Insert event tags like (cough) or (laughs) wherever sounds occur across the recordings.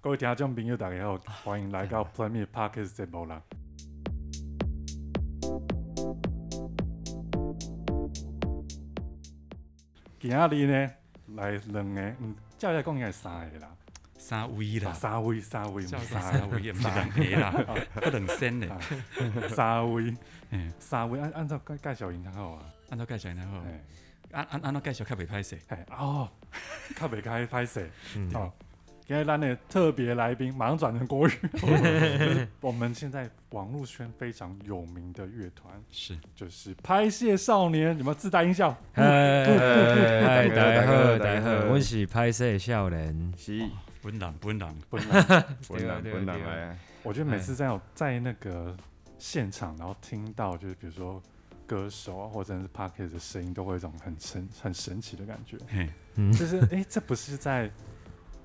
各位听众朋友，大家好，欢迎来 (laughs) 到 Play Me Parkes 节目啦。今仔日呢，来两个，嗯，照来讲应该是三个啦，三位啦，啊三位，三位，唔啊照是是三三位，位，唔是两个啦，不能生嘞。三位，嗯，三位，按按照介介绍因较好啊。按照介绍然后，嘿按按按照介绍较袂歹势。嘿，哦，较袂开歹 (laughs) 势。嗯好，今天咱的特别来宾马上转成国语， (laughs) 就是我们现在网络圈非常有名的乐团是，就是拍戏少年，有没有自带音效？嗨嗨大家好大家大家好我是拍摄的少年，是，本人本人，不哎然本人对啊本对啊人来， (laughs) 我觉得每次在我在那个现场，然后听到就是比如说歌手啊，或者是 p a r k e t 的声音，都会有一种很神很神奇的感觉，嘿，嗯就是哎、诶这不是在。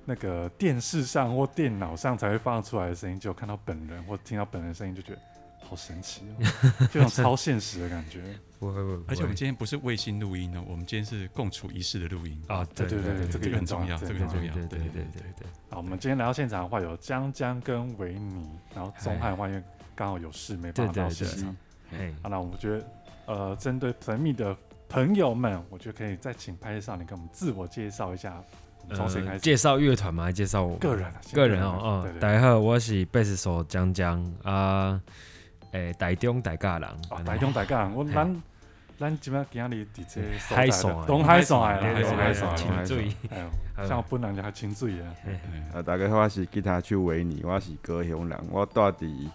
那个电视上或电脑上才会放出来的声音，只有看到本人或听到本人的声音，就觉得好神奇哦，就有种超现实的感觉。不会不会，而且我们今天不是卫星录音哦，我们今天是共处一室的录音。啊，对对对对，对，这个也这个很很重重要，要这个这很个重很要对。对对对对对，好，我们今天来到现场的话，有江江跟维尼，然后钟汉的话因为刚好有事没办法对对到现对场。哎，好，那我们觉得，呃，针对神秘的朋友们，我觉得可以再请拍摄少年给我们自我介绍一下，从谁呃开始？介绍乐团吗？还是介绍我个人啊，先个人哦，对哦，对大家好，我是贝斯手江江啊，诶，台中台家人，哦，安尼台中台港，我啊嘿咱咱今麦今仔日伫这所在海线的拢海线的对啦，对拢对海对线的对对请注意，哎呦好像我本人就较清水的，哎啊，大家好，我是吉他手维尼，我是高雄人，我住伫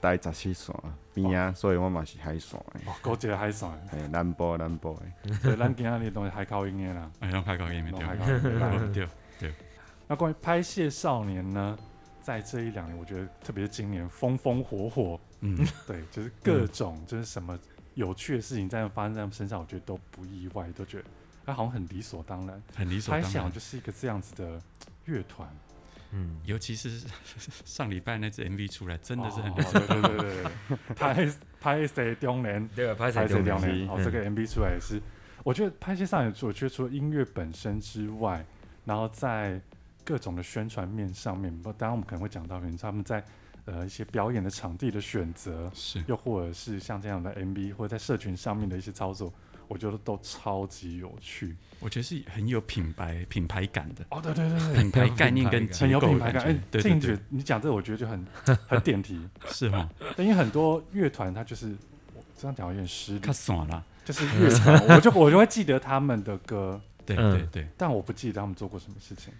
台十七线边啊，所以我嘛是海线的，哦，高一个海线 (laughs) 的，嘿，南部南部的，所以咱今仔日拢是海口音的啦，哎，让开高音没拢对海，口音的啦。 (laughs) 对，那关于拍戏少年呢，在这一两年，我觉得特别是今年风风火火，嗯，对，就是各种、就是什么有趣的事情在发生在他们身上，我觉得都不意外，都觉得他好像很理所当然。很理所拍当戏好像然。就是一个这样子的乐团，嗯，尤其是 (laughs) 上礼拜那支 MV 出来，真的是很哦，对对对对对，拍拍谁中年，对，拍摄拍谁中中年，年哦，这个 MV 出来也是，我觉得拍戏上也是，我觉得除了音乐本身之外，然后在各种的宣传面上面，不当然我们可能会讲到，比如他们在呃一些表演的场地的选择，是，又或者是像这样的 MV 或者在社群上面的一些操作，我觉得都超级有趣。我觉得是很有品牌品牌感的，哦，对对对 (laughs) 对。品牌概念跟很结有构品的牌感感，觉哎，，对这对你觉对得，你讲这个，我觉得就很 (laughs) 很点题，是哈，因为很多乐团它就是我这样讲有点失礼较，爽啦，就是乐团，我就我就会记得他们的歌，对嗯对嗯对。但我不记得他们做过什么事情。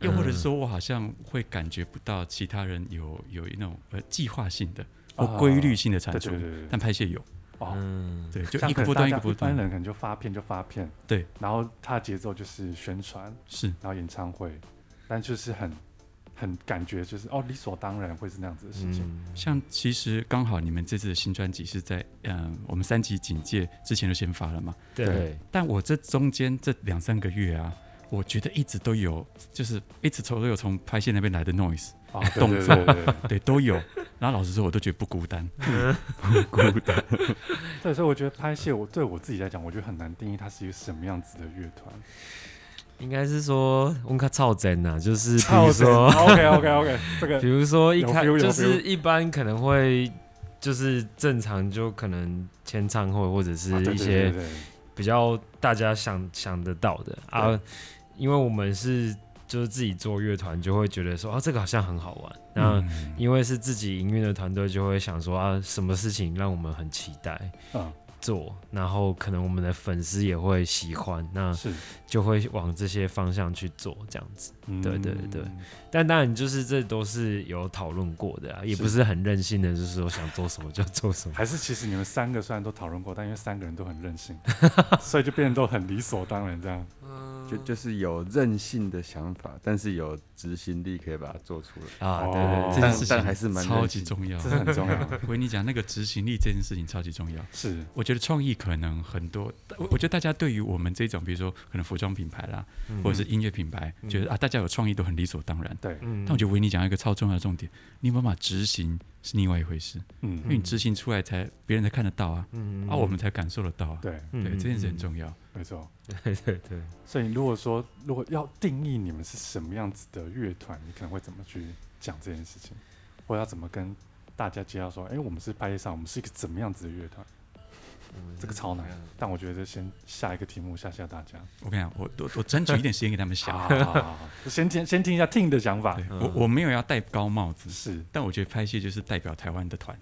又或者说，我好像会感觉不到其他人有有那种呃计划性的或啊规律性的产对出对，对对，但拍戏有，哦，嗯，对，就像一可个能波大段一家个波一般段，人可能就发片就发片，对，然后他的节奏就是宣传，是然后演唱会，但就是很很感觉就是哦理所当然会是那样子的事情。嗯像其实刚好你们这次的新专辑是在嗯、呃我们三级警戒之前就先发了嘛，对，但我这中间这两三个月啊，我觉得一直都有，就是一直从都有从拍戏那边来的 noise，啊，对动对作对对 (laughs) 对对，都有。然后老实说，我都觉得不孤单，对，所以我觉得拍戏，我对我自己来讲，我觉得很难定义它是一个什么样子的乐团。应该是说温卡超真呐，就是比超如说。 OK OK OK，这个比如说一开有 feel，有就是一般可能会就是正常就可能签唱会或者是啊对对一些对对比较大家想想得到的啊，因为我们是就是自己做乐团，就会觉得说啊这个好像很好玩。那嗯因为是自己营运的团队，就会想说啊什么事情让我们很期待嗯做，然后可能我们的粉丝也会喜欢，那是，就会往这些方向去做这样子。嗯对对对但当然，就是这都是有讨论过的啊，也不是很任性的，就是说想做什么就做什么。还是其实你们三个虽然都讨论过，但因为三个人都很任 (laughs) 性，所以就变得都很理所当然这样。就就是有任性的想法，但是有执行力可以把它做出来，啊，对哦这对对，件但事情但还是蛮超任级性的重要这。是很重 (laughs) 要。维尼讲那个执行力这件事情超级重要。是，我觉得创意可能很多，我我觉得大家对于我们这种，比如说可能服装品牌啦，或者是音乐品牌，觉得啊，大家有创意都很理所当然。对，嗯但我觉得维尼讲到一个超重要的重点，你有没有办法执行是另外一回事，因嗯，为你执行出来才别人才看得到啊，嗯啊，我们才感受得到啊。对，嗯对，这件事很重要。没错。对对对，所以如果说如果要定义你们是什么样子的乐团，你可能会怎么去讲这件事情，或者要怎么跟大家介绍说，哎、我们是拍上，我们是一个怎么样子的乐团？嗯这个超难，但我觉得先下一个题目吓吓大家。我跟你讲，我我我争取一点时间给他 (laughs) 们想。好好好好，先听先听一下听的想法对。嗯我我没有要戴高帽子，是，但我觉得拍戏就是代表台湾的团。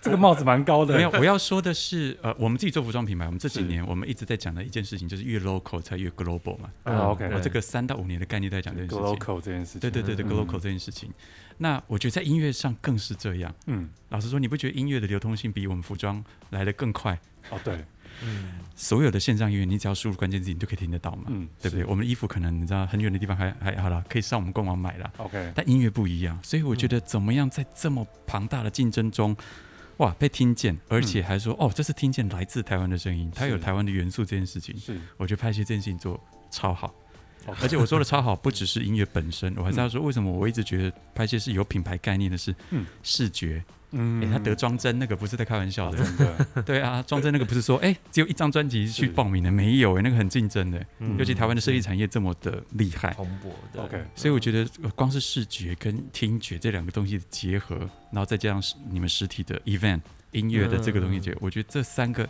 这个帽子蛮高的。没有，我要说的是，呃，我们自己做服装品牌，我们这几是年我们一直在讲的一件事情，就是越 local 才越 global 嘛。啊嗯，OK，对我这个三到五年的概念都在讲这件事情。 local 这件事情，对对对对嗯，global 这件事情。那我觉得在音乐上更是这样。嗯，老实说，你不觉得音乐的流通性比我们服装来得更快？哦对，嗯所有的线上音乐，你只要输入关键字，你就可以听得到嘛，嗯，对不对？我们的衣服可能你知道很远的地方还还好了，可以上我们官网买了， ？OK，但音乐不一样，所以我嗯觉得怎么样在这么庞大的竞争中，哇，被听见，而且还说、哦，这是听见来自台湾的声音，它有嗯是台湾的元素这件事情，是我觉得拍戏这件事情做超好。 OK 而且我说的超好，不只是音乐本身，我还是要说，为什么我一直觉得拍戏是有品牌概念的是，嗯视觉。嗯诶，他得装帧那个不是在开玩笑的，真的， (laughs) 对啊，装帧那个不是说哎、诶只有一张专辑去是报名的，没有哎、诶那个很竞争的、嗯尤其台湾的设计产业这么的厉害，蓬勃的 (laughs) OK 所以我觉得呃光是视觉跟听觉这两个东西的结合，然后再加上实你们实体的 event 音乐的这个东西结合，我觉得这三个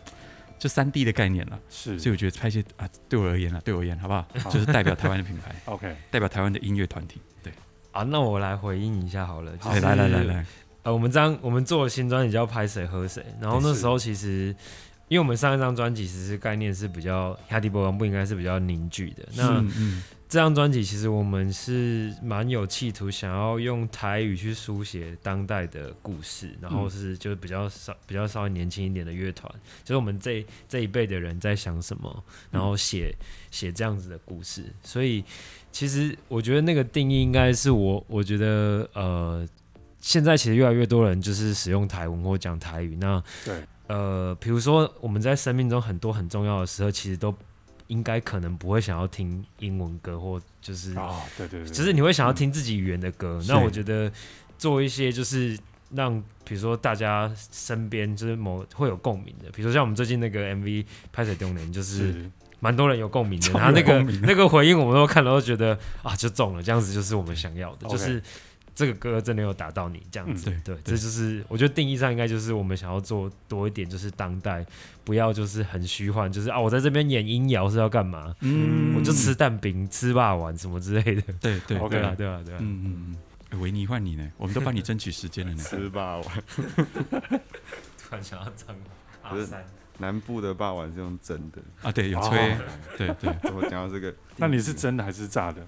这三 D 的概念了， (laughs) 是所以我觉得拍些啊，对我而言啊，对我而言好不好嗯好？就是代表台湾的品牌， (laughs) OK，代表台湾的音乐团体。对，啊，那我来回应一下好了，就是哎来来来来，呃，我们这张我们做的新专辑叫《拍谁喝谁》，然后那是时候其实，因为我们上一张专辑其实概念是比较哈迪波王不应该是比较凝聚的。那嗯嗯，这张专辑其实我们是蛮有企图，想要用台语去书写当代的故事，然后是就是比较少比较稍微年轻一点的乐团，就是我们这这一辈的人在想什么，然后写写这样子的故事。所以其实我觉得那个定义应该是我，我觉得呃，现在其实越来越多人就是使用台文或讲台语，那对呃，比如说我们在生命中很多很重要的时候，其实都应该可能不会想要听英文歌，或就是哦，对对对，只是你会想要听自己语言的歌。那是我觉得做一些就是让，比如说大家身边就是某会有共鸣的，比如说像我们最近那个 MV《拍水中年》，就是是蛮多人有共鸣的。超然后那有个共鸣的那个回应我们都看了，都觉得啊，就中了，这样子就是我们想要的， OK 就是这个歌真的有打到你这样子。嗯对对，这就是我觉得定义上应该就是我们想要做多一点，就是当代，不要就是很虚幻，就是啊，我在这边演音摇是要干嘛？嗯我就吃蛋饼、吃霸王什么之类的。对对 OK 对，对啊，对啊，对啊。嗯嗯嗯诶，维尼换你呢，我们都帮你争取时间了呢。吃霸王，突然想到脏不是南部的霸王是用蒸的。啊，对，有哦？吹，对对，怎么讲到这个嗯那你是真的还是炸的？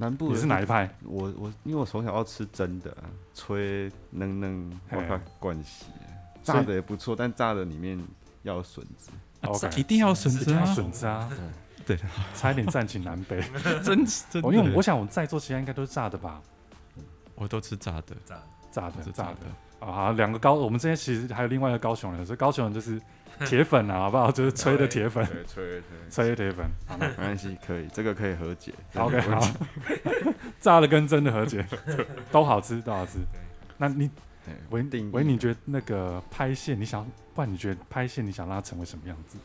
南部的你是哪一？派？我我因为我从小要吃真的、啊，吹嫩嫩，嘿我靠，惯习了。所以炸的也不错，但炸的里面要有笋子。啊 OK 一定要笋子啊，笋子啊，对， (laughs) 差一点战起南北。哦真真我因为我想我在座其他应该都是炸的吧，我都吃炸的，炸我的吃炸炸的的。啊，好两个高，我们这边其实还有另外一个高雄人，所以高雄人就是铁粉啊，好不好？就是 (laughs) 吹的铁粉，对，吹吹， (laughs) 吹的铁粉。好没关系，可以，这个可以和解。这个，OK，没问好 (laughs) 题，炸的跟真的和解， (laughs) 都好吃，都好吃。那你对维定义维，你觉得那个拍线，你想，不然你觉得拍线，你想让它成为什么样子？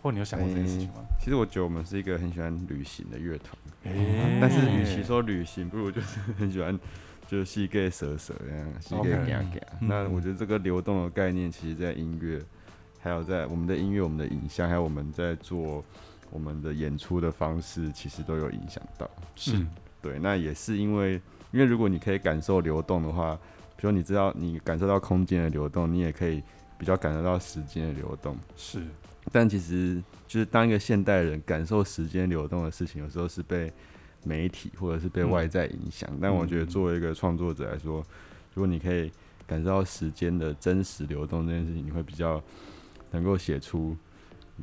或你有想过这件事情吗？其实我觉得我们是一个很喜欢旅行的乐团，诶但是与其说旅行，不如就是很喜欢。就是膝盖蛇蛇这样，啊膝盖 OK 嘎嘎。那嗯我觉得这个流动的概念，其实在音乐，还有在我们的音乐、我们的影像，还有我们在做我们的演出的方式，其实都有影响到。是嗯对，那也是因为，因为如果你可以感受流动的话，比如你知道你感受到空间的流动，你也可以比较感受到时间的流动。是但其实就是当一个现代人感受时间流动的事情，有时候是被媒体或者是被外在影响。但我觉得作为一个创作者来说，如果你可以感受到时间的真实流动这件事情，你会比较能够写出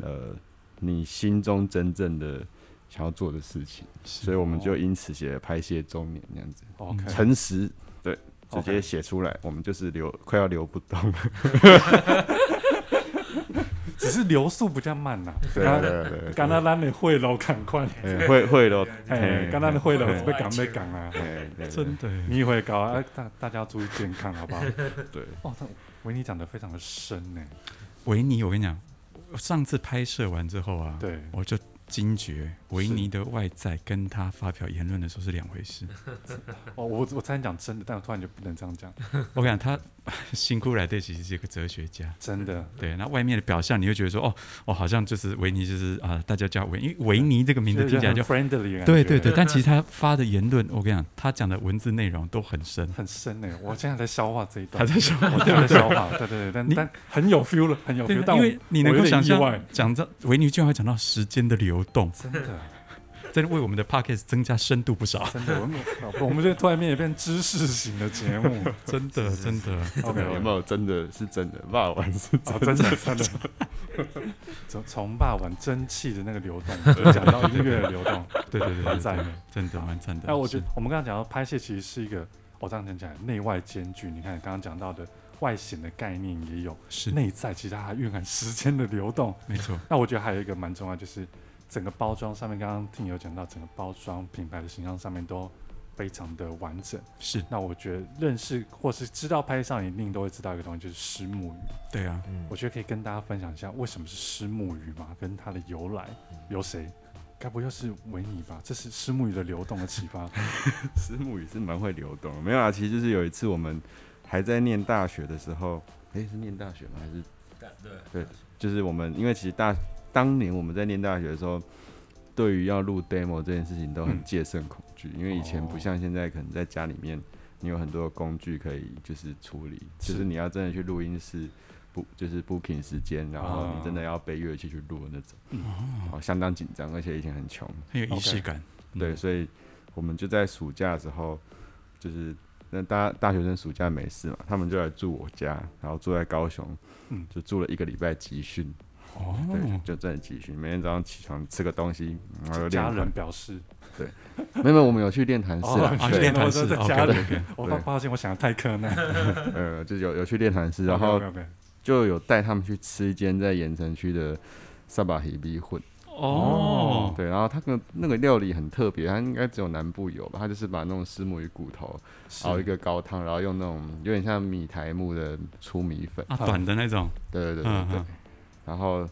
呃你心中真正的想要做的事情。所以我们就因此写了拍戏周年这样子， OK，诚实。对，直 OK 接写出来我们就是流快要流不动了。只是流速比较慢呐、对啊啊对啊对 (laughs) 啊，刚才咱的会楼赶快，哎会会咯，哎，刚才的会楼被赶被赶啊，哎对真的耶，你也会搞啊，大大家要注意健康，好不好？对，哦，他维尼讲的非常的深呢，维尼，我跟你讲，我上次拍摄完之后啊，对，我就惊觉维尼的外在跟他发表言论的时候是两回事。 (laughs) 哦，我我才讲真的，但我突然就不能这样讲，我跟你讲他 (laughs) 辛苦来的其实是一个哲学家。真的，对，那外面的表象，你会觉得说，哦，哦，好像就是维尼，就是啊、大家叫维，因为维尼这个名字听起来就，很 friendly，的感觉对对对，，但其实他发的言论，我跟你讲，他讲的文字内容都很 (laughs) 深，很深呢，我现在在消化这一他段，在说，我现在在消化，对对对，但你但很有 feel 了，很有对 feel，，但因我为你能够想我有象点意外，讲到维尼居然会讲到时间的流动，真的真的为我们的 podcast 增加深度不少，真的，我们我们这突然变变知识型的节目 (laughs) 真的真的。 ，OK，有没有真的是真的？骂完是啊，真的真的， (laughs) 从从霸王蒸汽的那个流动，就讲到音乐的流动， (laughs) 对对对，蛮对赞的对，真的蛮赞的。哎，我觉是得我们刚刚讲到拍戏，其实是一个，我、这样讲起来，内外兼具。你看刚刚讲到的外显的概念也有，是内在其实它还蕴含时间的流动。没错，那我觉得还有一个蛮重要，就是整个包装上面，刚刚听友讲到，整个包装品牌的形象上面都非常的完整。是那我觉得认识或是知道拍上，一定都会知道一个东西，就是石木鱼。对啊，嗯我觉得可以跟大家分享一下，为什么是石木鱼嘛，跟它的由来，由谁？该不会又是维尼吧？这是石木鱼的流动的启 (laughs) 发。石木语是蛮会流动的，没有啊，其实就是有一次我们还在念大学的时候，诶，是念大学吗？还是对就是我们因为其实大当年我们在念大学的时候，对于要录 demo 这件事情都很嗯戒慎恐惧，因为以前哦不像现在，可能在家里面你有很多工具可以就是处理，哦是就是你要真的去录音室。不就是 booking 时间，然后哦嗯你真的要背乐器去录的那种，哦，相当紧张，而且以前很穷，很有仪 OK 式感。嗯对，所以我们就在暑假的时候，就是那大大学生暑假没事嘛，他们就来住我家，然后住在高雄，嗯就住了一个礼拜集训，对，哦，就在集训，每天早上起床吃个东西，然后就家练人团。表示，没有，没有我们有去练弹式啊哦，啊，对练我团说式在，OK 家里 OK，我发对发现我想的太柯南，呃，就有有去练哦弹式，然后 OK，OK，OK 就有带他们去吃一间在盐城区的。萨巴希比混，哦，对，然后它那个那个料理很特别，它应该只有南部有吧？它就是把那种石母鱼骨头熬一是个高汤，然后用那种有点像米苔木的粗米粉，啊，短的那种，对对对嗯对对嗯。然后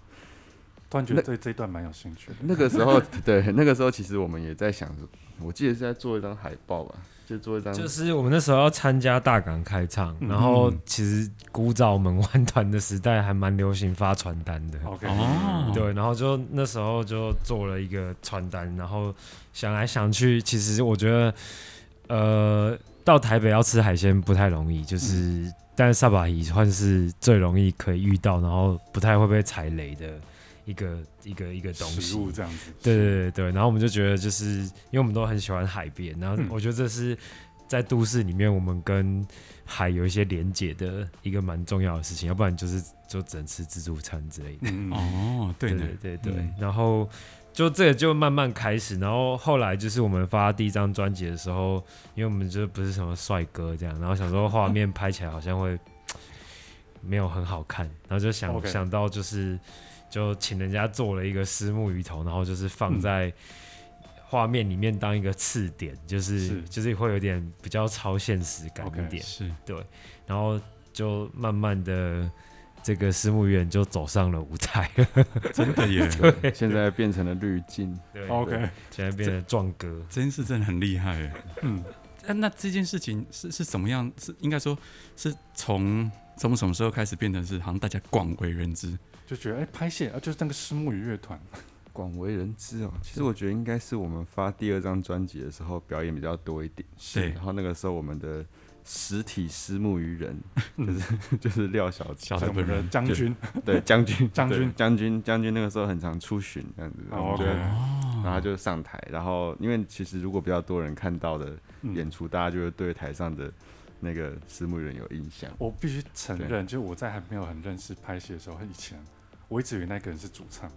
突然觉得对这一段蛮有兴趣的，那个时候， (laughs) 对那个时候，其实我们也在想，我记得是在做一张海报吧，就做一张， (laughs) 就是我们那时候要参加大港开唱，嗯然后其实古早我们玩团的时代还蛮流行发传单的， OK，啊哦，嗯对，然后就那时候就做了一个传单，然后想来想去，其实我觉得，呃，到台北要吃海鲜不太容易，就是，嗯但是萨巴伊算是最容易可以遇到，然后不太会被踩雷的一个一个一个东西食。物这样子，对对对对，然后我们就觉得，就是因为我们都很喜欢海边，然后嗯我觉得这是在都市里面我们跟海有一些连结的一个蛮重要的事情，要不然就是就只能吃自助餐之类的。嗯，哦，对呢对，对对，嗯然后就这个就慢慢开始，然后后来就是我们发第一张专辑的时候，因为我们就不是什么帅哥这样，然后想说画面拍起来好像会没有很好看，然后就想 OK 想到就是就请人家做了一个私募鱼头，然后就是放在。画面里面当一个次点，就是是就是会有点比较超现实感 OK，一点是然后就慢慢的这个私募员就走上了舞台了。真的 (laughs) 耶，现在变成了滤镜，对哦 OK，现在变成壮哥，真是真的很厉害耶。嗯，那那这件事情是是怎么样？是应该说是从从什么时候开始变成是好像大家广为人知？就觉得哎，拍戏啊，就是那个石木鱼乐团，广为人知哦。其实我觉得应该是我们发第二张专辑的时候表演比较多一点，是然后那个时候我们的实体私募于人，就是 (laughs) 就是廖小小我的们本的人将军，对将军将军对将军将军那个时候很常出巡这样子，然后哦我们就 OK 哦，然后他就上台，然后因为其实如果比较多人看到的嗯演出，大家就会对台上的那个私募人有印象。我必须承认，就是我在还没有很认识拍戏的时候，以前我一直以为那个人是主唱，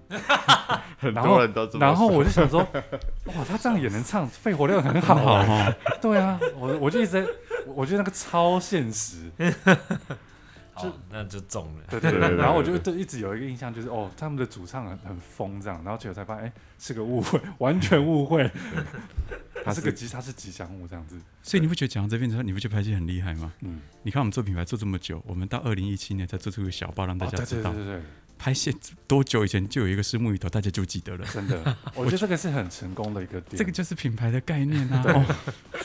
很然后多人都这么然后说我就想说， (laughs) 哇，他这样也能唱，肺活量很好很好 (laughs) 啊，哦，对啊，我我就一直在，我我觉得那个超现实。好，哦那就中了。对对对对，对然后我就对对一直有一个印象，就是哦，他们的主唱很很疯这样，然后结果才发现，哎、是个误会， (laughs) 完全误会，他 (laughs) 他是是个吉他是吉祥物这样子，所以你不觉得讲到这边之后，你不觉得拍戏很厉害吗？嗯，你看我们做品牌做这么久，我们到二零一七年才做出一个小报让大哦，家对知对道。对对对，拍戏多久以前就有一个是木鱼头，大家就记得了。真 (laughs) 的，我觉得这个是很成功的一个点。这个就是品牌的概念啊！哦，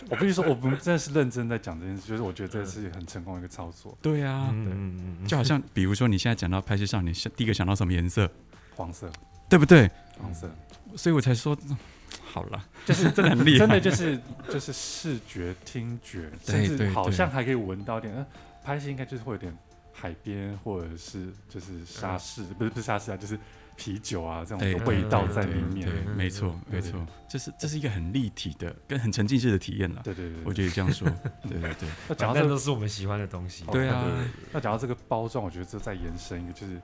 我必须说，我们真的是认真在讲这件事，就是我觉得这是很成功的一个操作，对啊，嗯嗯嗯就好像比如说你现在讲到拍戏少年，想第一个想到什么颜色，黄色，对不对？黄色，嗯所以我才说， (sighs) 嗯好了，就是 (laughs) 真的很厉害，真的就是就是视觉、听觉，甚对至对好对像还可以闻到一点。呃，拍戏应该就是会有点海边或者是就是沙士，不是不是沙士啊，就是啤酒啊这嗯对种味道在对里面。对，没错对没错，这是这是一个很立体的、跟很沉浸式的体验了。对对对，我对觉得这样说，对对对，那反讲到正这个都是我们喜欢的东西。对啊哦那讲到这个包装，我觉得这再延伸一个，就是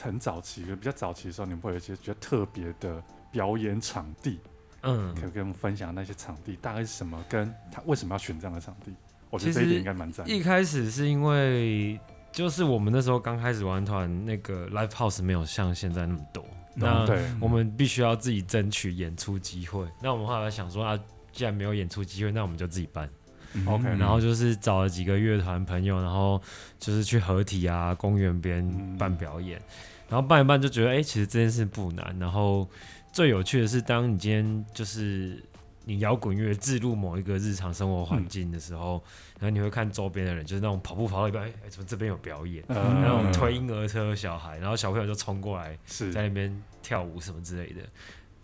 很早期，比较早期的时候，你们会有一些比较特别的表演场地，嗯可，以跟我们分享那些场地大概是什么，跟他为什么要选这样的场地？我觉得其这一点实应该蛮赞的。一开始是因为就是我们那时候刚开始玩团，那个 live house 没有像现在那么多，那对我们必须要自己争取演出机会。那我们后来想说啊，既然没有演出机会，那我们就自己办。嗯 OK，嗯然后就是找了几个乐团朋友，然后就是去合体啊，公园边嗯办表演，然后办一办就觉得，哎、其实这件事不难。然后最有趣的是，当你今天就是你摇滚乐置入某一个日常生活环境的时候，然后你会看周边的人，就是那种跑步跑到一半，哎、哎怎么这边有表演？呃然后嗯我们推婴儿车小孩，然后小朋友就冲过来，是在那边跳舞什么之类的，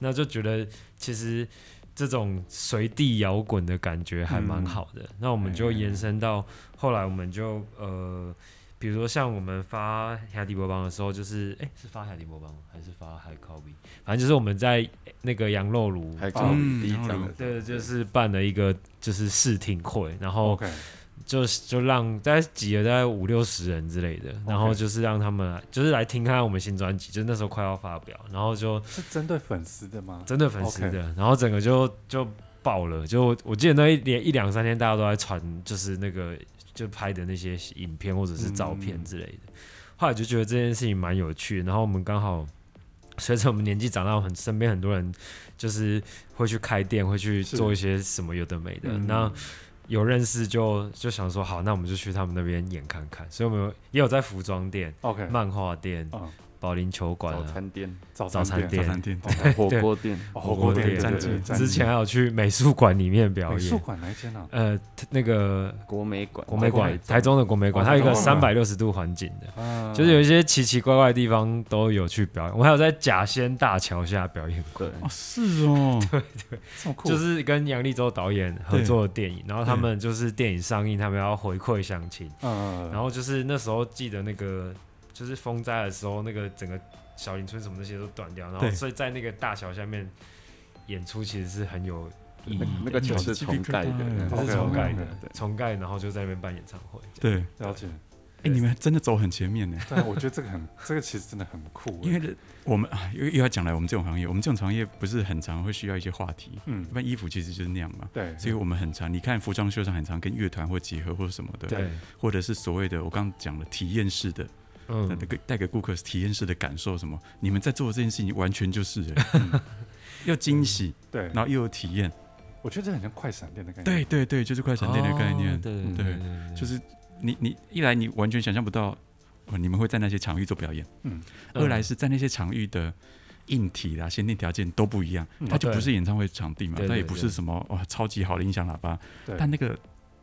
那就觉得其实这种随地摇滚的感觉还蛮好的。那我们就延伸到后来，我们就呃，比如说像我们发海迪波邦的时候，就是哎、是发海迪波邦吗还是发海考比，反正就是我们在那个羊肉炉，还靠嗯第一张然后的时候，对，就是办了一个就是试听会，然后 OK，就是就让大概挤了大概五六十人之类的，然后就是让他们来，就是来听看看我们新专辑，就是那时候快要发表，然后就是针对粉丝的吗？针对粉丝的然后整个就就爆了，就我我记得那一连一两三天大家都在传，就是那个就拍的那些影片或者是照片之类的，后来就觉得这件事情蛮有趣的，然后我们刚好。随着我们年纪长大，我们身边很多人就是会去开店，会去是做一些什么有的没的。嗯那有认识就就想说好，那我们就去他们那边演看看，所以我们有也有在服装店、 OK，漫画店、嗯，保龄球馆、早啊、餐店、早早餐早店、餐店，火锅店，哦火锅店、对火锅对店对战战绩之前还有去美术馆里面表美术演，馆哪一间啊？呃，那个国美馆，国美啊馆，台中的国美馆，哦它有一个台中三的百六十度环景的，啊就是有一些奇奇怪怪的地方都有去表演。我还有在甲仙大桥下表演过，对，哦，是哦，这么酷，就是跟杨立洲导演合作的电影，然后他们就是电影上映，他们要回馈乡亲。嗯，然后就是那时候记得那个就是风灾的时候，那个整个小林村什么那些都断掉，然后对所以在那个大桥下面演出其实是很有意义那的个，那个嗯桥是鸡皮重疙盖瘩的，哎就 OK，OK，OK 是重盖的 OK，OK，OK，重盖，然后就在那边办演唱会。这样，对，了解。哎，你们真的走很前面呢。对，我觉得这个很，这个其实真的很酷。欸因为我们 (sighs) 啊，又又要讲来我们这种行业，我们这种行业不是很常会需要一些话题，嗯一，般衣服其实就是那样嘛。对，所以我们很常，你看服装秀上很常跟乐团或结合或什么的，对，或者是所谓的我刚刚讲的体验式的，那嗯，个带给顾客体验式的感受什么，你们在做这件事情完全就是、欸嗯又惊喜，嗯对，然后又有体验，我觉得这很像快闪店的感觉。对对对，就是快闪店的概念，哦对嗯对对对，就是是你你一来你完全想象不到，哦，你们会在那些场域做表演，嗯二来是在那些场域的硬体啦、先天条件都不一样，嗯它就对不是演唱会场地嘛，对对它也不是对什么哇超级好的音响喇叭，对，但那个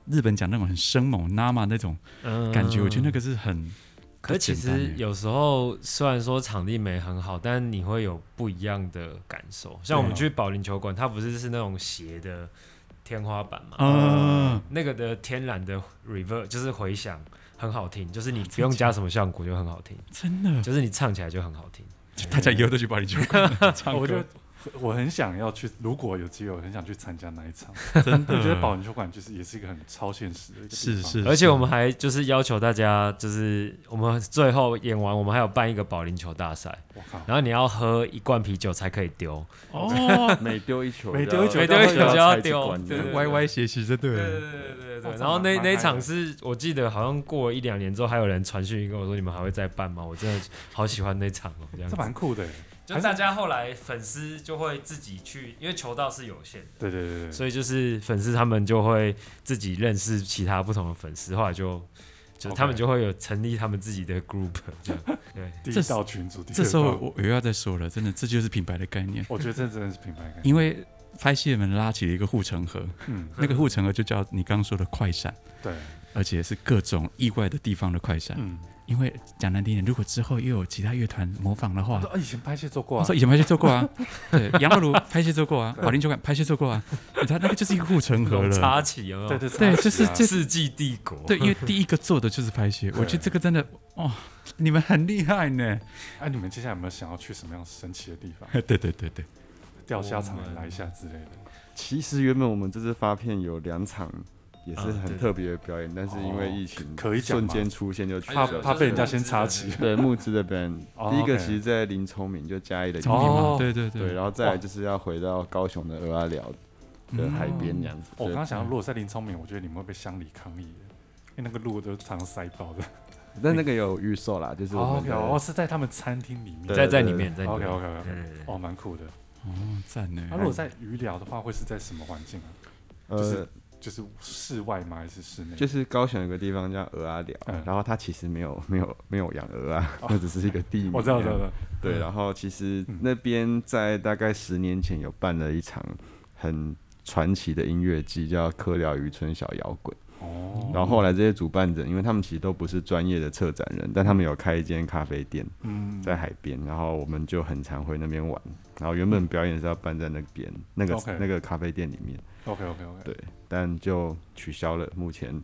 日本讲那种很生猛 nama 那种嗯感觉，我觉得那个是很可其简单实耶有时候虽然说场地没很好，但你会有不一样的感受。像我们对去保龄球馆，它不是是那种斜的天花板嘛，啊，那个的天然的 reverb 就是回响很好听，就是你不用加什么效果就很好听，真的，就是你唱起来就很好听。大家以后都去保龄球馆唱我觉歌得。我很想要去，如果有机会，我很想去参加那一场。真的我觉得保龄球馆就是也是一个很超现实的一个地是方是，而且是我们还就是要求大家，就是我们最后演完，我们还有办一个保龄球大赛，我靠，然后你要喝一罐啤酒才可以丢。哦每丢一球，每丢一球就每丢一球要就要猜几丢关这对样对歪歪斜斜就对了。对对对然后那蛮那一嗨场的是我记得好像过一两年之后，还有人传讯跟我说，你们还会再办吗？我真的好喜欢那场哦，这样这子。蛮酷的耶。就大家后来粉丝就会自己去，因为球道是有限的，对对对对，所以就是粉丝他们就会自己认识其他不同的粉丝，后来就就是 OK 他们就会有成立他们自己的 group 这 (laughs) 样。对，第这一时道群组，第这二时候道我我又要再说了，真的，这就是品牌的概念，我觉得这真的是品牌 (laughs) 感。因为拍戏的人拉起了一个护城河，嗯，那个护城河就叫你刚刚说的快闪，对，而且是各种意外的地方的快闪。嗯，因为讲难听点，如果之后又有其他乐团模仿的话，啊，以前拍戏做过我啊说，以前拍戏做过啊，对，杨乐如拍戏做过啊，对保龄球馆拍戏做过啊，你知道那个就是一个护城河有插了。旗有没有？对对啊对就是这这世纪帝国。对，因为第一个做的就是拍戏，我觉得这个真的哦，你们很厉害呢。哎，你们接下来有没有想要去什么样神奇的地方？对对对对，钓虾场我们来一下之类的。嗯其实原本我们这次发片有两场也是啊对很特别的表演，但是因为疫情，可以讲吗瞬间出现就取怕消怕被人家先插旗。对募资的 band，哦第一个 OK 其实在林聪明就嘉义的林聪聪明明，嘛哦，对对对对，，然后再来就是要回到高雄的鹅阿啊寮的海边这样子。我嗯对哦刚刚想到，如果在林聪明，我觉得你们会被乡里抗议的，因为那个路都常塞爆的。但那个有预售啦，就是我哦们，OK，哦，的是在他们餐厅里面。对在在里面，在里 OK 面。 OK 对 OK，对对哦，蛮酷的。哦，赞呢那。如果在余聊的话，会是在什么环境啊？就是呃，就是室外吗？还是室内？就是高雄有个地方叫鹅阿寮嗯，哦然后它其实没有没有没有养鹅啊， (laughs) 那只是一个地名。 (laughs) 我知道，我知道，我知道。对，然后其实嗯那边在大概十年前有办了一场很传奇的音乐季，叫科寮渔村小摇滚。哦，然后后来这些主办人，因为他们其实都不是专业的策展人，但他们有开一间咖啡店嗯，在海边，然后我们就很常回那边玩。然后原本表演是要办在那边那个 OK 那个咖啡店里面， OK OK OK，对但就取消了。目前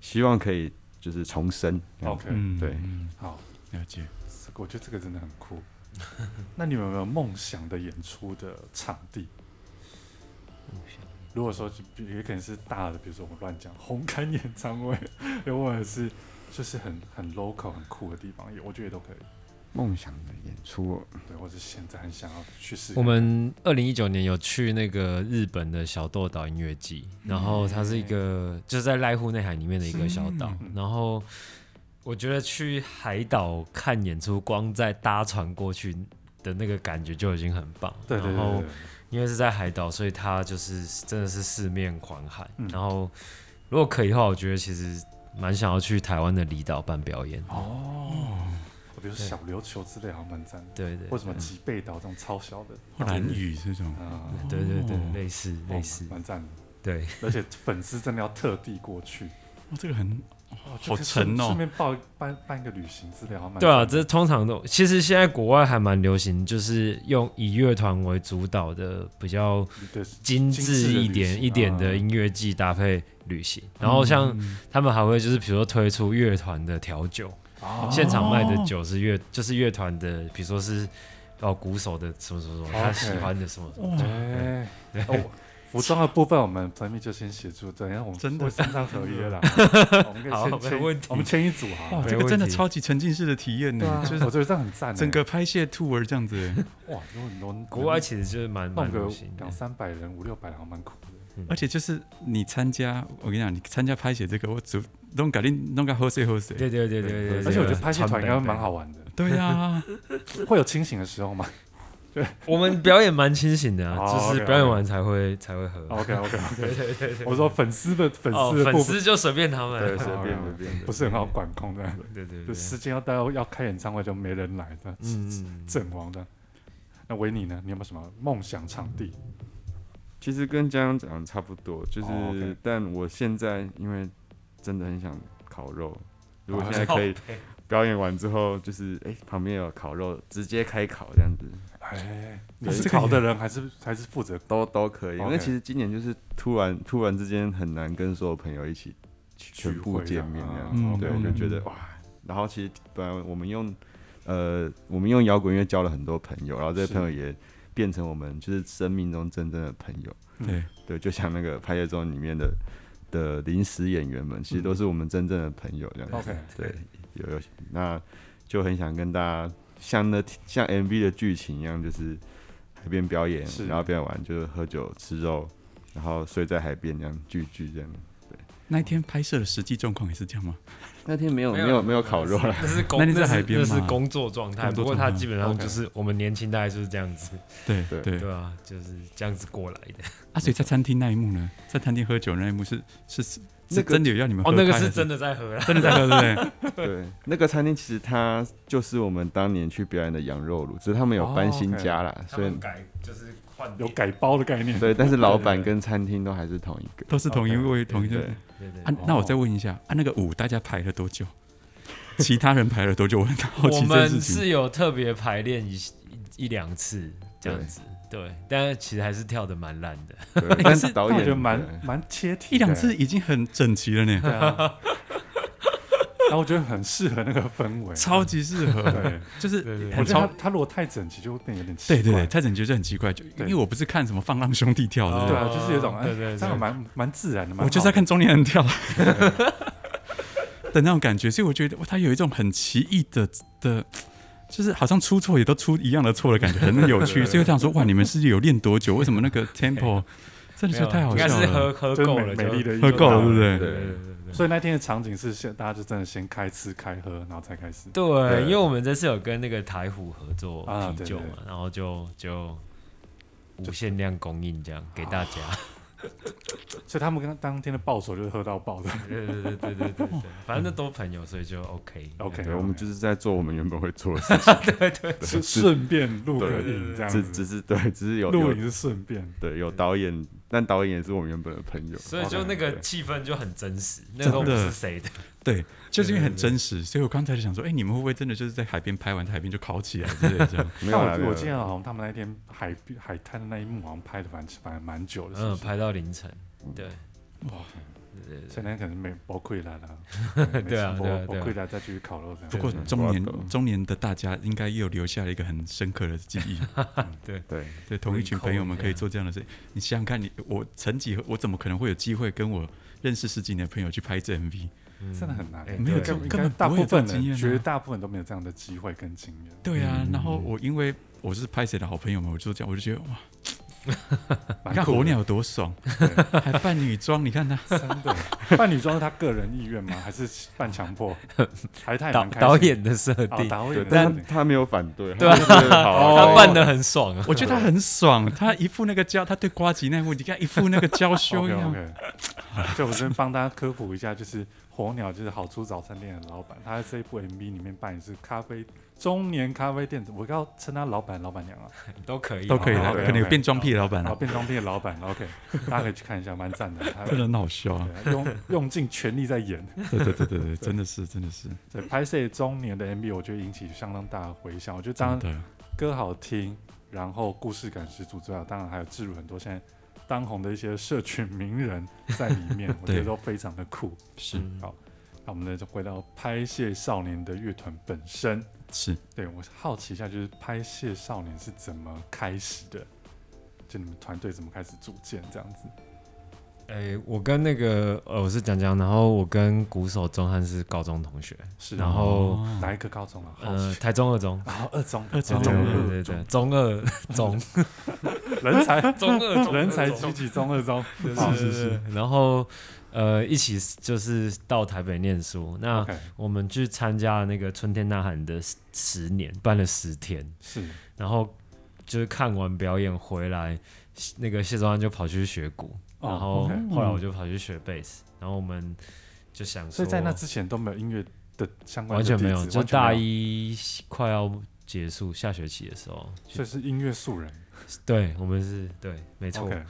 希望可以就是重生。这样子 OK 嗯，对嗯好，了解。这个我觉得这个真的很酷。 (laughs) 那你们有没有梦想的演出的场地？如果说就比也可能是大的，比如说我们乱讲红磡演唱会， (laughs) 又或者是就是很很 local 很酷的地方，也我觉得也都可以。梦想的演出哦，对，或者现在很想要去试。我们二零一九年有去那个日本的小豆岛音乐季，然后它是一个就是在濑户内海里面的一个小岛，嗯然后我觉得去海岛看演出，光在搭船过去的那个感觉就已经很棒。对对对然对后对，因为是在海岛，所以它就是真的是四面环海。嗯然后如果可以的话，我觉得其实蛮想要去台湾的离岛办表演。哦，比如说对小琉球之类，好像蛮赞的。对对嗯哦或什么吉贝岛这种超小的，或蓝雨这种，啊，对对对哦，类似类似哦，蛮赞的。对。而且粉丝真的要特地过去，哇，这个很哦好沉哦顺便报办办个旅行资料，还蛮对啊，赞的这通常都其实现在国外还蛮流行，就是用以乐团为主导的比较对精精致致的一旅点行嗯一点啊的音乐季搭配旅行，然后像嗯他们还会就是比如说推出乐团的调酒，啊现场卖的酒是乐就是乐团的，比如说是哦鼓手的什么什么什么，他喜哦 OK 欢的什么什么。哎，哦服装的部分我们团秘就先协助，等一下我们真的会上上合约 (laughs) 啦，我们可好以先签没问题哦我们签一组哇哈，，这没问个题真的超级沉浸式的体验对啊呢，就，我是觉得这样很赞欸，整个拍戏 tour 这样子，哇，如果你能国外其实就是蛮蛮弄个流行的两，三百人、五六百人，还蛮酷的，而且就是你参加，我跟你讲，你参加拍戏这个，我只弄搞定弄个喝水喝水，对对对对对对。而且我觉得拍戏传团应该本会蛮本好玩的，对啊，会有清醒的时候吗 (laughs) 我们表演蛮清醒的啊，哦就是 OK，OK 表演完才会才会喝。 ？OK OK OK，对对对，哦我说粉丝的粉哦丝，的粉部分丝就随便他对，们。随便好随便的不。是很好管控的，对对就对，时间要到要开演唱会就没人来的，嗯嗯，阵亡的。那维尼呢？你有没有什么梦想场地？其实跟家长讲差不多，就是、哦，OK 但我现在因为真的很想烤肉，如果哦现在可以表演完之后，就是哎、诶旁边有烤肉，直接开烤这样子哎，你对是这烤的人还是还是负责？都都可以。因 OK 为其实今年就是突然突然之间很难跟所有朋友一起聚全会啊部的见面这样子，嗯对嗯我就觉得哇。然后其实本来我们用呃我们用摇滚乐交了很多朋友，然后这些是朋友也变成我们就是生命中真正的朋友。对，对，就像那个拍摄中里面的的临时演员们，其实都是我们真正的朋友这样子。嗯 OK 对，有有，那就很想跟大家像那像 MV 的剧情一样，就是海边表演，是然后表演完就是喝酒吃肉，然后睡在海边这样聚聚这样。那一天拍摄的实际状况也是这样吗？那天没有没没有有没有烤肉了，那是工，那你在是海边那是吗工作状态。工作不过状他态基本上 OK 就是我们年轻大概就是这样子，对对对对啊，就是这样子过来的。啊，所以在餐厅那一幕呢，在餐厅喝酒那一幕是是是那是个真的有要你们哦，喝那个开是还真的在喝啦，真的在喝，对不 (laughs) 对？ (laughs) 对，那个餐厅其实它就是我们当年去表演的羊肉炉，只是他们有哦搬 OK 新家啦，他所以们改就是换有改包的概念。对，但是老对板对跟餐厅都还是同一 (laughs) 个。都是同一 OK，位同一对个对对对啊哦。那我再问一下啊，那个舞大家排了多久？其他人排了多久？我很好我奇这件们事情。是有特别排练一一一两次这样子，对，但是其实还是跳的蛮烂的。对，可但是 (laughs) 是导但我演觉得对蛮蛮切题，一两次。已经很整齐了呢，对啊，然后我觉得很适合那个氛围，超级适合， (laughs) 对。就是对对对我很觉得超他。他如果太整齐，就会变得有点奇对怪。对对，蔡整杰就很奇怪，就因哦对为我不是看什么放浪兄弟跳的，哦对对吧啊，就是有一种哎对对对这样蛮蛮自然的嘛。我就是在看中年人跳 (laughs) 的那种感觉，所以我觉得哇他有一种很奇异的的，就是好像出错也都出一样的错的感觉，很有趣。所以我想说，哇，你们是有练多久？为什么那个 tempo 真的是太好啊应该笑是了？喝喝就是够美了就，美丽的一喝够了，种对不对？对对对对对。所以那天的场景是先大家就真的先开吃开喝，然后才开始。对，对因为我们这次有跟那个台虎合作啊啤对酒对嘛，然后就就无限量供应这样给大家。啊所以他们跟当天的爆手就是喝到爆的。对对对对对对对，反正那都朋友，所以就 OK。 OK，对，我们就是在做我们原本会做的事，是顺便录个对影这样只子只，是对，只是有录有影是顺便。对有导演，但导演也是我们原本的朋友。所以就那个气氛就很真实，那个真都不的是谁的，对，就是因为很真实，所以我刚才就想说，哎，你们会不会真的就是在海边拍完，在海边就烤起来之类的这样？没有啦，但没我有我啦记得好像他们那天海边海滩的那一幕好像拍的蛮蛮蛮久的，是不嗯，是？拍到凌晨，对，所以那天可能没包溃了啦。 (laughs) 对啊对啊包对啊溃了再继续烤肉这样。不过对对中我懂年中年的大家应该又留下了一个很深刻的记忆。对对，同一群 Recall 朋友们一下可以做这样的事。你想想看你，我曾几何，我怎么可能会有机会跟我认识十几年的朋友去拍这 MV？嗯真的很难，哎没有对根应根该本大不会部有这分种经验人，啊绝大部分都没有这样的机会跟经验。对啊，嗯然后我因为我是拍谁的好朋友嘛，我就这样，我就觉得哇，你蛮看酷的火鸟有多爽，对还扮女装，你 (laughs) 看他真的， (laughs) 扮女装是他个人意愿吗？还是半强迫？还是他也导蛮开心导演的设哦定，导演对的，但设定他没有反对，对啊他就是好哦 (laughs) 他啊，好啊扮的很爽啊，我觉得他很爽，他一副那个娇，他对瓜吉那副，你看一副那个娇羞 (laughs) OK 一样。 OK，就我这边帮大家科普一下，就是火鸟就是好出早餐店的老板，他在这一部 MV 里面扮演是咖啡中年咖啡店，我要称他老板老板娘啊，都可以，都可以好的，好可能有变装癖的老板然后啊，变装店的老板，OK，大家可以去看一下，蛮赞的，他真的很好笑啊！ (laughs) 对用用尽全力在演。对对对对对，真的是真的是对，拍摄中年的 MV，我觉得引起相当大的回响。我觉得当真然的，歌好听，然后故事感十足之外，当然还有置入很多现在当红的一些社群名人在里 (laughs) 面，我觉得对都非常的酷。是嗯好那我们呢就回到拍谢少年的乐团本身。是，对我好奇一下，就是拍谢少年是怎么开始的？就你们团队怎么开始组建这样子？诶、我跟那个呃，我是蒋蒋，然后我跟鼓手钟汉是高中同学，是然后哦哪一个高中啊？好呃，奇。台中二 (laughs) 中，然后二中，二中哦对中对对对对，中二中 (laughs) 人才中 (laughs) 二中人才哦中济济中二中，好嗯是是是，然后呃，一起就是到台北念书，那 OK，我们去参加那个春天呐喊的十十年，办了十天，是然后就是看完表演回来，那个谢宗安就跑去学鼓，哦然后 OK 后来我就跑去学贝斯，然后我们就想说，所以在那之前都没有音乐的相关完的全没底有，子就完全大没有一快要结束下学期的时候，所以是音乐素人。对我们是对，没错。 OK，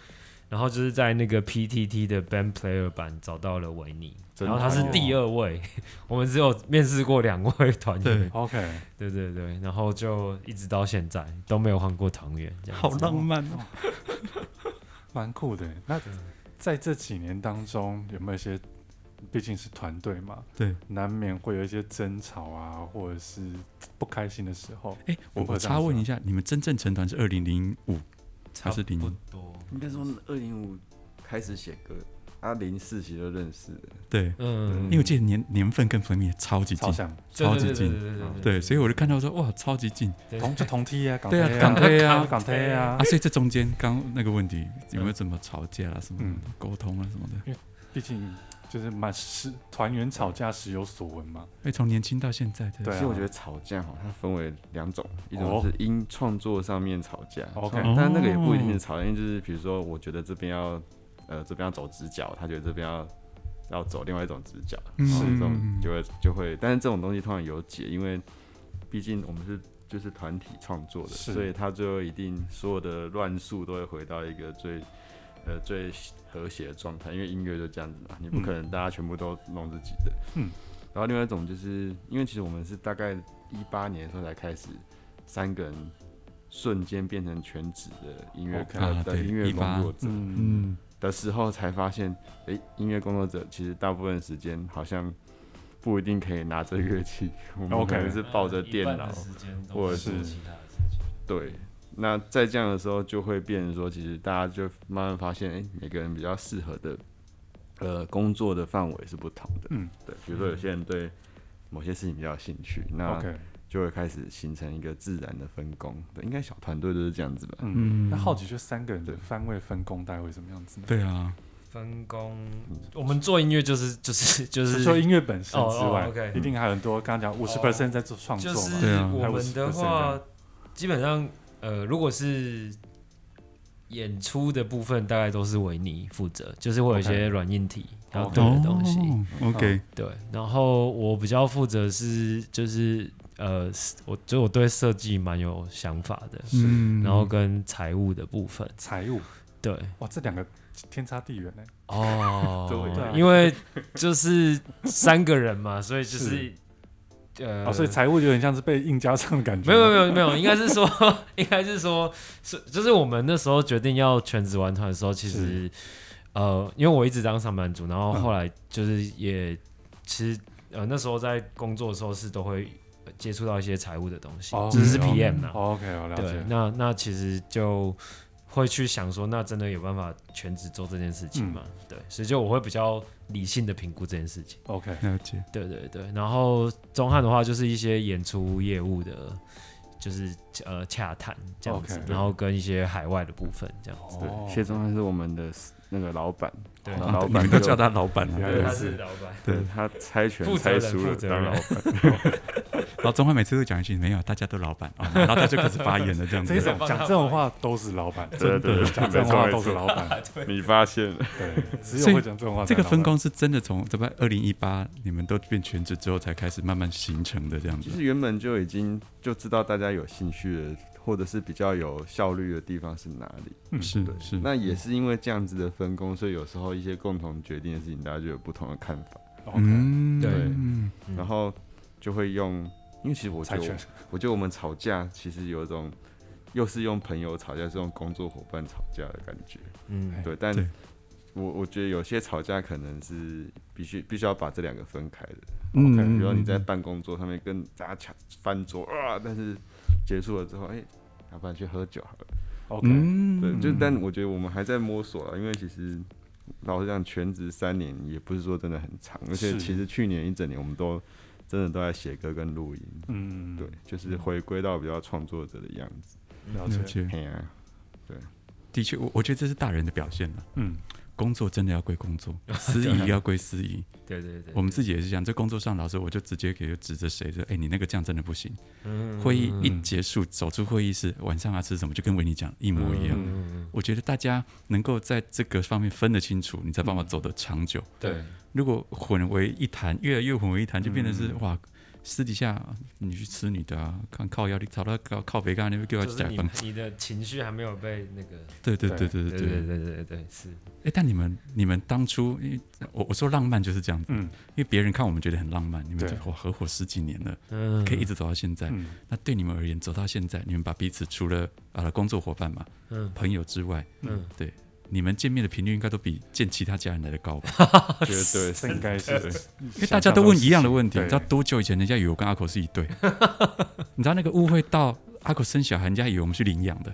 然后就是在那个 PTT 的 Band Player 版找到了维尼，真然的后他是第二位， (laughs) 我们只有面试过两位团员， OK，对对对，然后就一直到现在都没有换过团员，这样子好浪漫哦。蛮酷的耶。那在这几年当中，有没有一些毕竟是团队嘛，对，难免会有一些争吵啊，或者是不开心的时候。哎、我不会我这样插问说一下，你们真正成团是二零零五差还是零不一？多。应该说二零五开始写歌，啊零四其实就认识了，对，嗯因为我记得年年份跟 Flammy 也超级近超，想超级近对对对对，所以我就看到说哇，超级近对同就同梯啊，港对啊啊，港推啊 (laughs) 港推啊啊！，所以这中间刚那个问题有嗯没有怎么吵架啊啦、什么嗯的沟通啊什么的？毕竟就是蛮时团员吵架时有所闻嘛。哎、从年轻到现在的，对啊其实我觉得吵架哈，它分为两种，一哦种是因创作上面吵架 OK 创但那个也不一哦定是吵架，因为就是比如说，我觉得这边要呃这边要走直角，他觉得这边要要走另外一种直角，嗯然后这种嗯就会就会，但是这种东西通常有解，因为毕竟我们是就是团体创作的，是所以他最后一定所有的乱数都会回到一个最。呃，最和谐的状态，因为音乐就这样子嘛，你不可能大家全部都弄自己的。嗯。然后另外一种就是因为其实我们是大概一八年的时候才开始，三个人瞬间变成全职的音乐 OK 课啊的对音乐18工作者嗯，嗯，的时候，才发现，诶，音乐工作者其实大部分时间好像不一定可以拿着乐器， (laughs) 我们 OK 可能是抱着电嗯脑，或者是其他的事情。对。那在这样的时候，就会变成说，其实大家就慢慢发现，诶，每个人比较适合的，呃，工作的范围是不同的。嗯，对，比如说有些人对某些事情比较有兴趣，那嗯 OK，就会开始形成一个自然的分工。对，应该小团队都是这样子吧。嗯，嗯那好奇就三个人的番位分工大概会怎么样子呢？对啊，分工，我们做音乐就是就是就除是了音乐本身之哦哦外，OK，一定还有很多。刚刚讲五十 percent 在做创作就嘛，是对啊我们的还有50%这话样，基本上呃，如果是演出的部分，大概都是维尼负责，就是会有 OK 一些软硬体然后哦对的东西。哦 o k 对，然后我比较负责是就是呃，我就我对设计蛮有想法的，嗯，然后跟财务的部分，财务 (laughs) 对哇，这两个天差地远呢。哦对啊因为就是三个人嘛，所以就是呃，啊，所以财务有点像是被硬加上的感觉。没有没有没有，应该是说 (laughs) 应该是说是就是我们那时候决定要全职玩团的时候，其实呃，因为我一直当上班族，然后后来就是也、其实呃那时候在工作的时候是都会呃接触到一些财务的东西，哦只是嗯 PM 呐、哦 OK，我了对解，。那那其实就会去想说，那真的有办法全职做这件事嗯情吗？对，所以就我会比较理性的评估这件事情。 OK，了解，对对对，然后钟汉的话就是一些演出业务的，就是呃洽谈这样子 OK 然后跟一些海外的部分这样子。哦对，谢宗汉是我们的 s- 那个老板，对，哦啊老对板你们都就叫他老板啊。原对来他是是老板，对，他猜拳负责猜人输负了责当人老板，然后钟汉每次都讲一句没有，大家都老板啊，然后他就开始发言了这样子这。种讲这种话都是老板，对对对，讲这没种话错都没是错，老板，你发现了，对，只所有以会讲这种话才这是老板。个分工是真的从怎么二零一八你们都变全职之后才开始慢慢形成的这样其子。实原本就已经就知道大家有兴趣的，或者是比较有效率的地方是哪里。嗯是对是，那也是因为这样子的分工，所以有时候一些共同决定的事情，大家就有不同的看法， ，OK，嗯，对嗯嗯然后就会用，因为其实我觉猜得拳我，我觉得我们吵架其实有一种。又是用朋友吵架，是用工作伙伴吵架的感觉。嗯，对，但对我我觉得有些吵架可能是必须必须要把这两个分开的。嗯比如说你在办公桌上面跟大家抢翻桌啊，但是结束了之后，哎、要不然去喝酒好了。 OK，嗯对，就但我觉得我们还在摸索了，因为其实老实讲，全职三年也不是说真的很长，而且是其实去年一整年我们都真的都在写歌跟录音，嗯，对，，就是回归到比较创作者的样子。了了解，解，嘿呀、的确，我我觉得这是大人的表现了。嗯，工作真的要归工 (laughs) 作，私仪要归私仪。对对啊对，我们自己也是这样，在工作上，老师我就直接给指着谁说：“哎、你那个这样真的不行。”嗯会议一结束，走出会议室，晚上要吃什么，就跟维尼讲一模一样。嗯，我觉得大家能够在这个方面分得清楚，你才办法嗯走得长久。对，如果混为一谈，越来越混为一谈，就变成嗯是、哇，私底下你去吃你的啊，看靠腰，你找到靠靠北干，你会给我就是加你分。你的情绪还没有被那个，对对对对对对对对。对对对，是哎、但你们你们当初，因为我我说浪漫就是这样子，嗯因为别人看我们觉得很浪漫，你们对就哇合伙十几年了，嗯可以一直走到现在。嗯那对你们而言，走到现在，你们把彼此除了呃工作伙伴嘛、嗯朋友之外，嗯对，你们见面的频率应该都比见其他家人来的高吧？绝对是应该是，因因为大家都问一样的问题，对你知道多久以前人家以为我跟阿口是一对？ (laughs) 你知道那个误会到阿口生小孩，人家以为我们去领养的，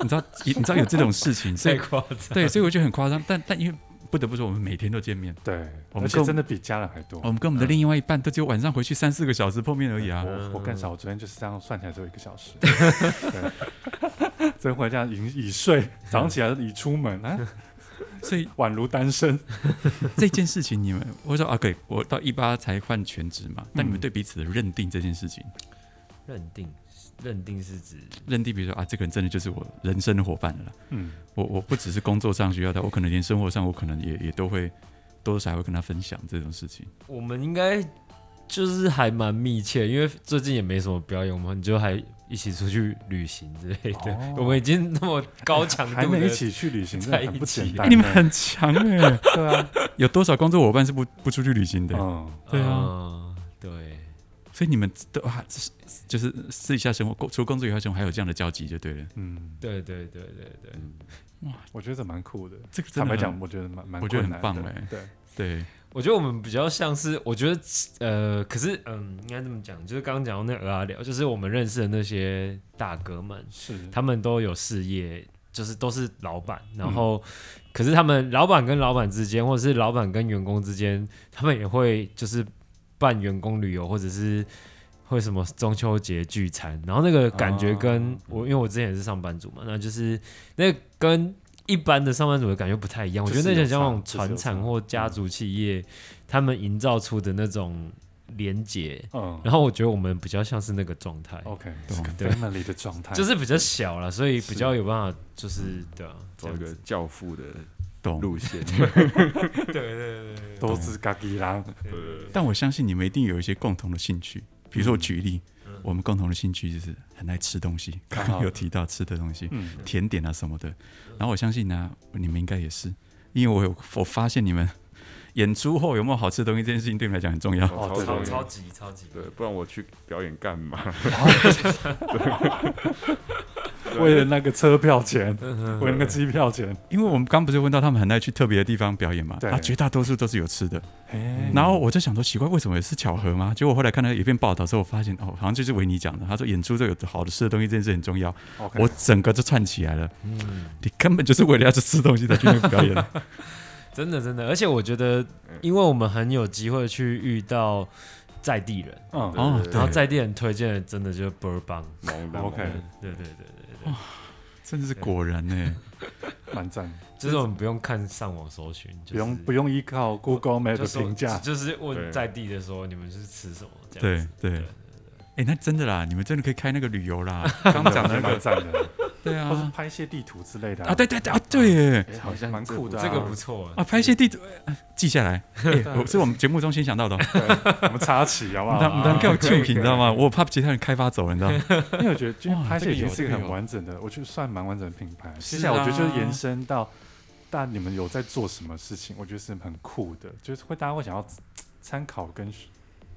你知道你知道有这种事情，所太以夸张。对，所以我觉得很夸张。但但因为不得不说，我们每天都见面，对，而我们且跟真的比家人还多。我们跟我们的另外一半都只有晚上回去三四个小时碰面而已啊。我我更少，我昨天就是这样算起来只有一个小时。 (laughs) 对，真回家已已睡，早上起来已出门，啊， (laughs) 所以宛如单身。这件事情，你们我说啊，对，我到一八才换全职嘛，但你们嗯对彼此的认定这件事情，认定，认定是指认定比如说啊，这个人真的就是我人生的伙伴了啦。嗯，我我不只是工作上需要他，我可能连生活上我可能也也都会多多少少会跟他分享这种事情。我们应该就是还蛮密切，因为最近也没什么表演，我们就还一起出去旅行之类的。哦我们已经那么高强度的，还没一起去旅行，真的很不简哎单。你们很强哎、 (laughs) 对啊，有多少工作伙伴是不不出去旅行的？嗯，对啊嗯啊对，所以你们都啊，这是就是私底下生活，工除了工作以外生活还有这样的交集就对了。嗯，对对对对对，我觉得这蛮酷的。这个坦真的白很讲，，我觉得蛮蛮我觉得困很难棒的哎对，对，我觉得我们比较像是，我觉得呃，可是嗯，应该这么讲，就是刚刚讲到那鹅啊聊，就是我们认识的那些大哥们，是他们都有事业，就是都是老板，嗯然后、可是他们老板跟老板之间，或者是老板跟员工之间，他们也会就是办员工旅游，或者是会什么中秋节聚餐，然后那个感觉跟哦我，因为我之前也是上班族嘛，那就是那个跟一般的上班族的感觉不太一样，我就觉是得那有很像那种差就是有传产差嗯或家族企业，他们营造出的那种连结。嗯然后我觉得我们比较像是那个状态， ，OK，懂是个对 family 的状态，就是比较小了，所以比哎是较有办法，就是对啊，这走样一子个教父的懂。路线，对对对对都是嘎吉啦。但我相信你们一定有一些共同的兴趣，比嗯如说我举例，我们共同的兴趣就是很爱吃东西，刚刚有提到吃的东西，啊嗯，甜点啊什么的。然后我相信呢、你们应该也是，因为我有我发现你们演出后有没有好吃的东西这件事情对你们来讲很重要。哦超对重超超要级超级，对，不然我去表演干嘛？ (laughs) 为了那个车票钱，嗯为了那个机票钱，因为我们刚不是问到他们很爱去特别的地方表演嘛，对啊，绝大多数都是有吃的。哎，然后我就想说，奇怪，为什么是巧合吗？结果后来看到有一篇报道之后，我发现哦，好像就是维尼讲的，他说演出这个好的吃的东西这件事很重要， OK (laughs) 我整个就串起来了。嗯，你根本就是为了要去吃东西才去那 (laughs) 个表演的。真的真的，而且我觉得，嗯因为我们很有机会去遇到在地人，嗯对哦，然后对，在地人推荐的真的就是波尔邦，萌的哦 OK 萌的对对对对真的是果然呢。蛮赞的，对，就是我们不用看上网搜寻，不用不用用依靠 Google Map 就的说评价，就是对问在地的时候你们是吃什么这样对子，对对。哎、那真的啦，你们真的可以开那个旅游啦， (laughs) (laughs) 刚真的讲的那蛮个，赞的，对或是啊，拍一些地图之类的啊，对对对啊，对耶，哎好像蛮这酷不的啊这个不错啊，拍一些地图、哎记 (laughs) 下来，哎我是我们节目中先想到的哦，对我们插旗好不我们好？当啊给我剧评，你知道吗？我怕其他人开发走了，你知 (laughs) 道吗？因为我觉得，就哇拍摄已这经个有是一这个个很有完整的，我觉得算蛮完整的品牌。是接下来我觉得就是啊延伸到，大家你们有在做什么事情，我觉得是很酷的，就是会大家会想要参考跟学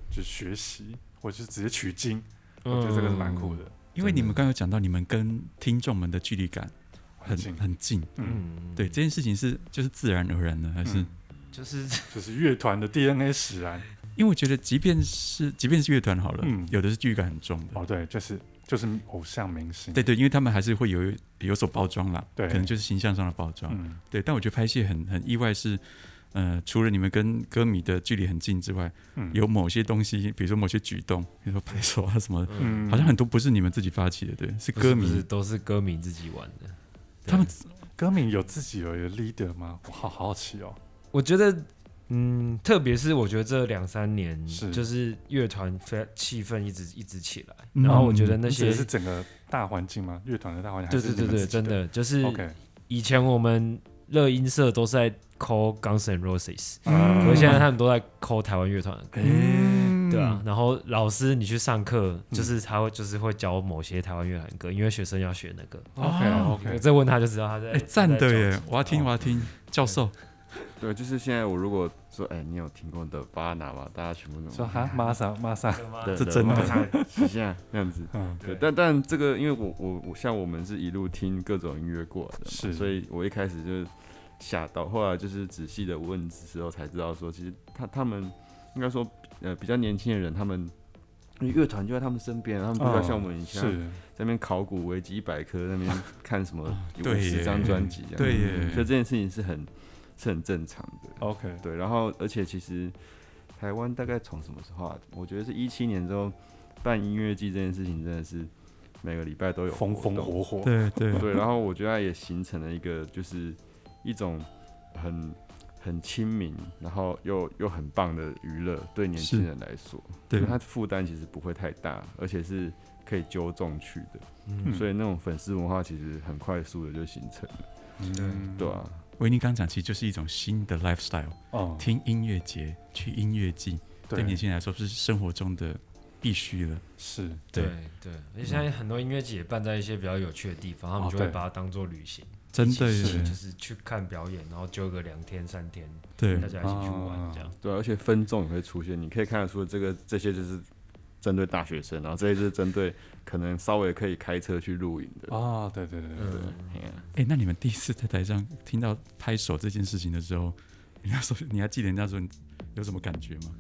就是学习，或者是直接取经，嗯我觉得这个是蛮酷的。因为你们刚刚有讲到，你们跟听众们的距离感很很近很近，嗯，嗯，对这件事情是就是自然而然的，还是、嗯就是就是乐团的 DNA 使然。因为我觉得，即便是即便是乐团好了，嗯有的是距离感很重的，哦，对，就是就是偶像明星。对对，因为他们还是会有有所包装啦，对可能就是形象上的包装，嗯，对，但我觉得拍戏很很意外是，呃，除了你们跟歌迷的距离很近之外，嗯有某些东西，比如说某些举动，比如说拍手啊什么的，嗯好像很多不是你们自己发起的，对，是不是歌迷，不是都是歌迷自己玩的。他们歌迷有自己有一个 leader 吗？我好好奇哦。我觉得，嗯，特别是我觉得这两三年，是就是乐团非气氛一直一直起来，嗯然后我觉得嗯那你指的些，是整个大环境吗？乐团的大环境？对还对是对你们对，自己真的就是？OK，以前我们乐音社都是在 call Guns N' Roses，嗯可是现在他们都在 call 台湾乐团的歌。嗯对啊，然后老师你去上课，就是他会就是会教某些台湾乐团歌，因为学生要学那个。 ，OK 哦 OK，我再问他就知道他在哎，赞他在的教哦耶什，么我要听，我要听，教授，对，就是现在我如果说，哎，你有听过的巴拿吗？大家全部都说哈，玛莎玛莎，对这对真的我看一下那样子。嗯，对，但但这个，因为我我我像我们是一路听各种音乐过来的嘛，是所以我一开始就是吓到。后来就是仔细的问之后才知道说，其实他他们应该说呃比较年轻的人，他们因为乐团就在他们身边，他们不需要像我们一样哦是在那边考古维基百科那边看什么五对耶十张专辑这样，嗯对耶所以这件事情是很是很正常的。 OK，对，然后而且其实台湾大概从什么时候啊？我觉得是一七年之后办音乐季这件事情真的是每个礼拜都有风活风动火火，对对对，然后我觉得它也形成了一个就是一种很很亲民，然后又又很棒的娱乐，对年轻是人来说，对就它负担其实不会太大，而且是可以纠正去的，嗯，所以那种粉丝文化其实很快速的就形成了，嗯对啊，维尼刚讲，其实就是一种新的 lifestyle，嗯，听音乐节、去音乐季，对年对，轻人来说是生活中的必须了。是对对对，而且现在很多音乐节也办在一些比较有趣的地方，他们哦就会对把它当做旅行，真的一起耶去，就是去看表演，然后揪个两天三天，对大家一起去玩这样。对啊而且分众也会出现，你可以看得出这个这些就是。针对大学生，然后这些就是针对可能稍微可以开车去露营的，啊，对对对对，嗯，嘿啊哎、那你们第一次在台上听到拍手这件事情的时候，你那时候你还记得人家说你有什么感觉吗？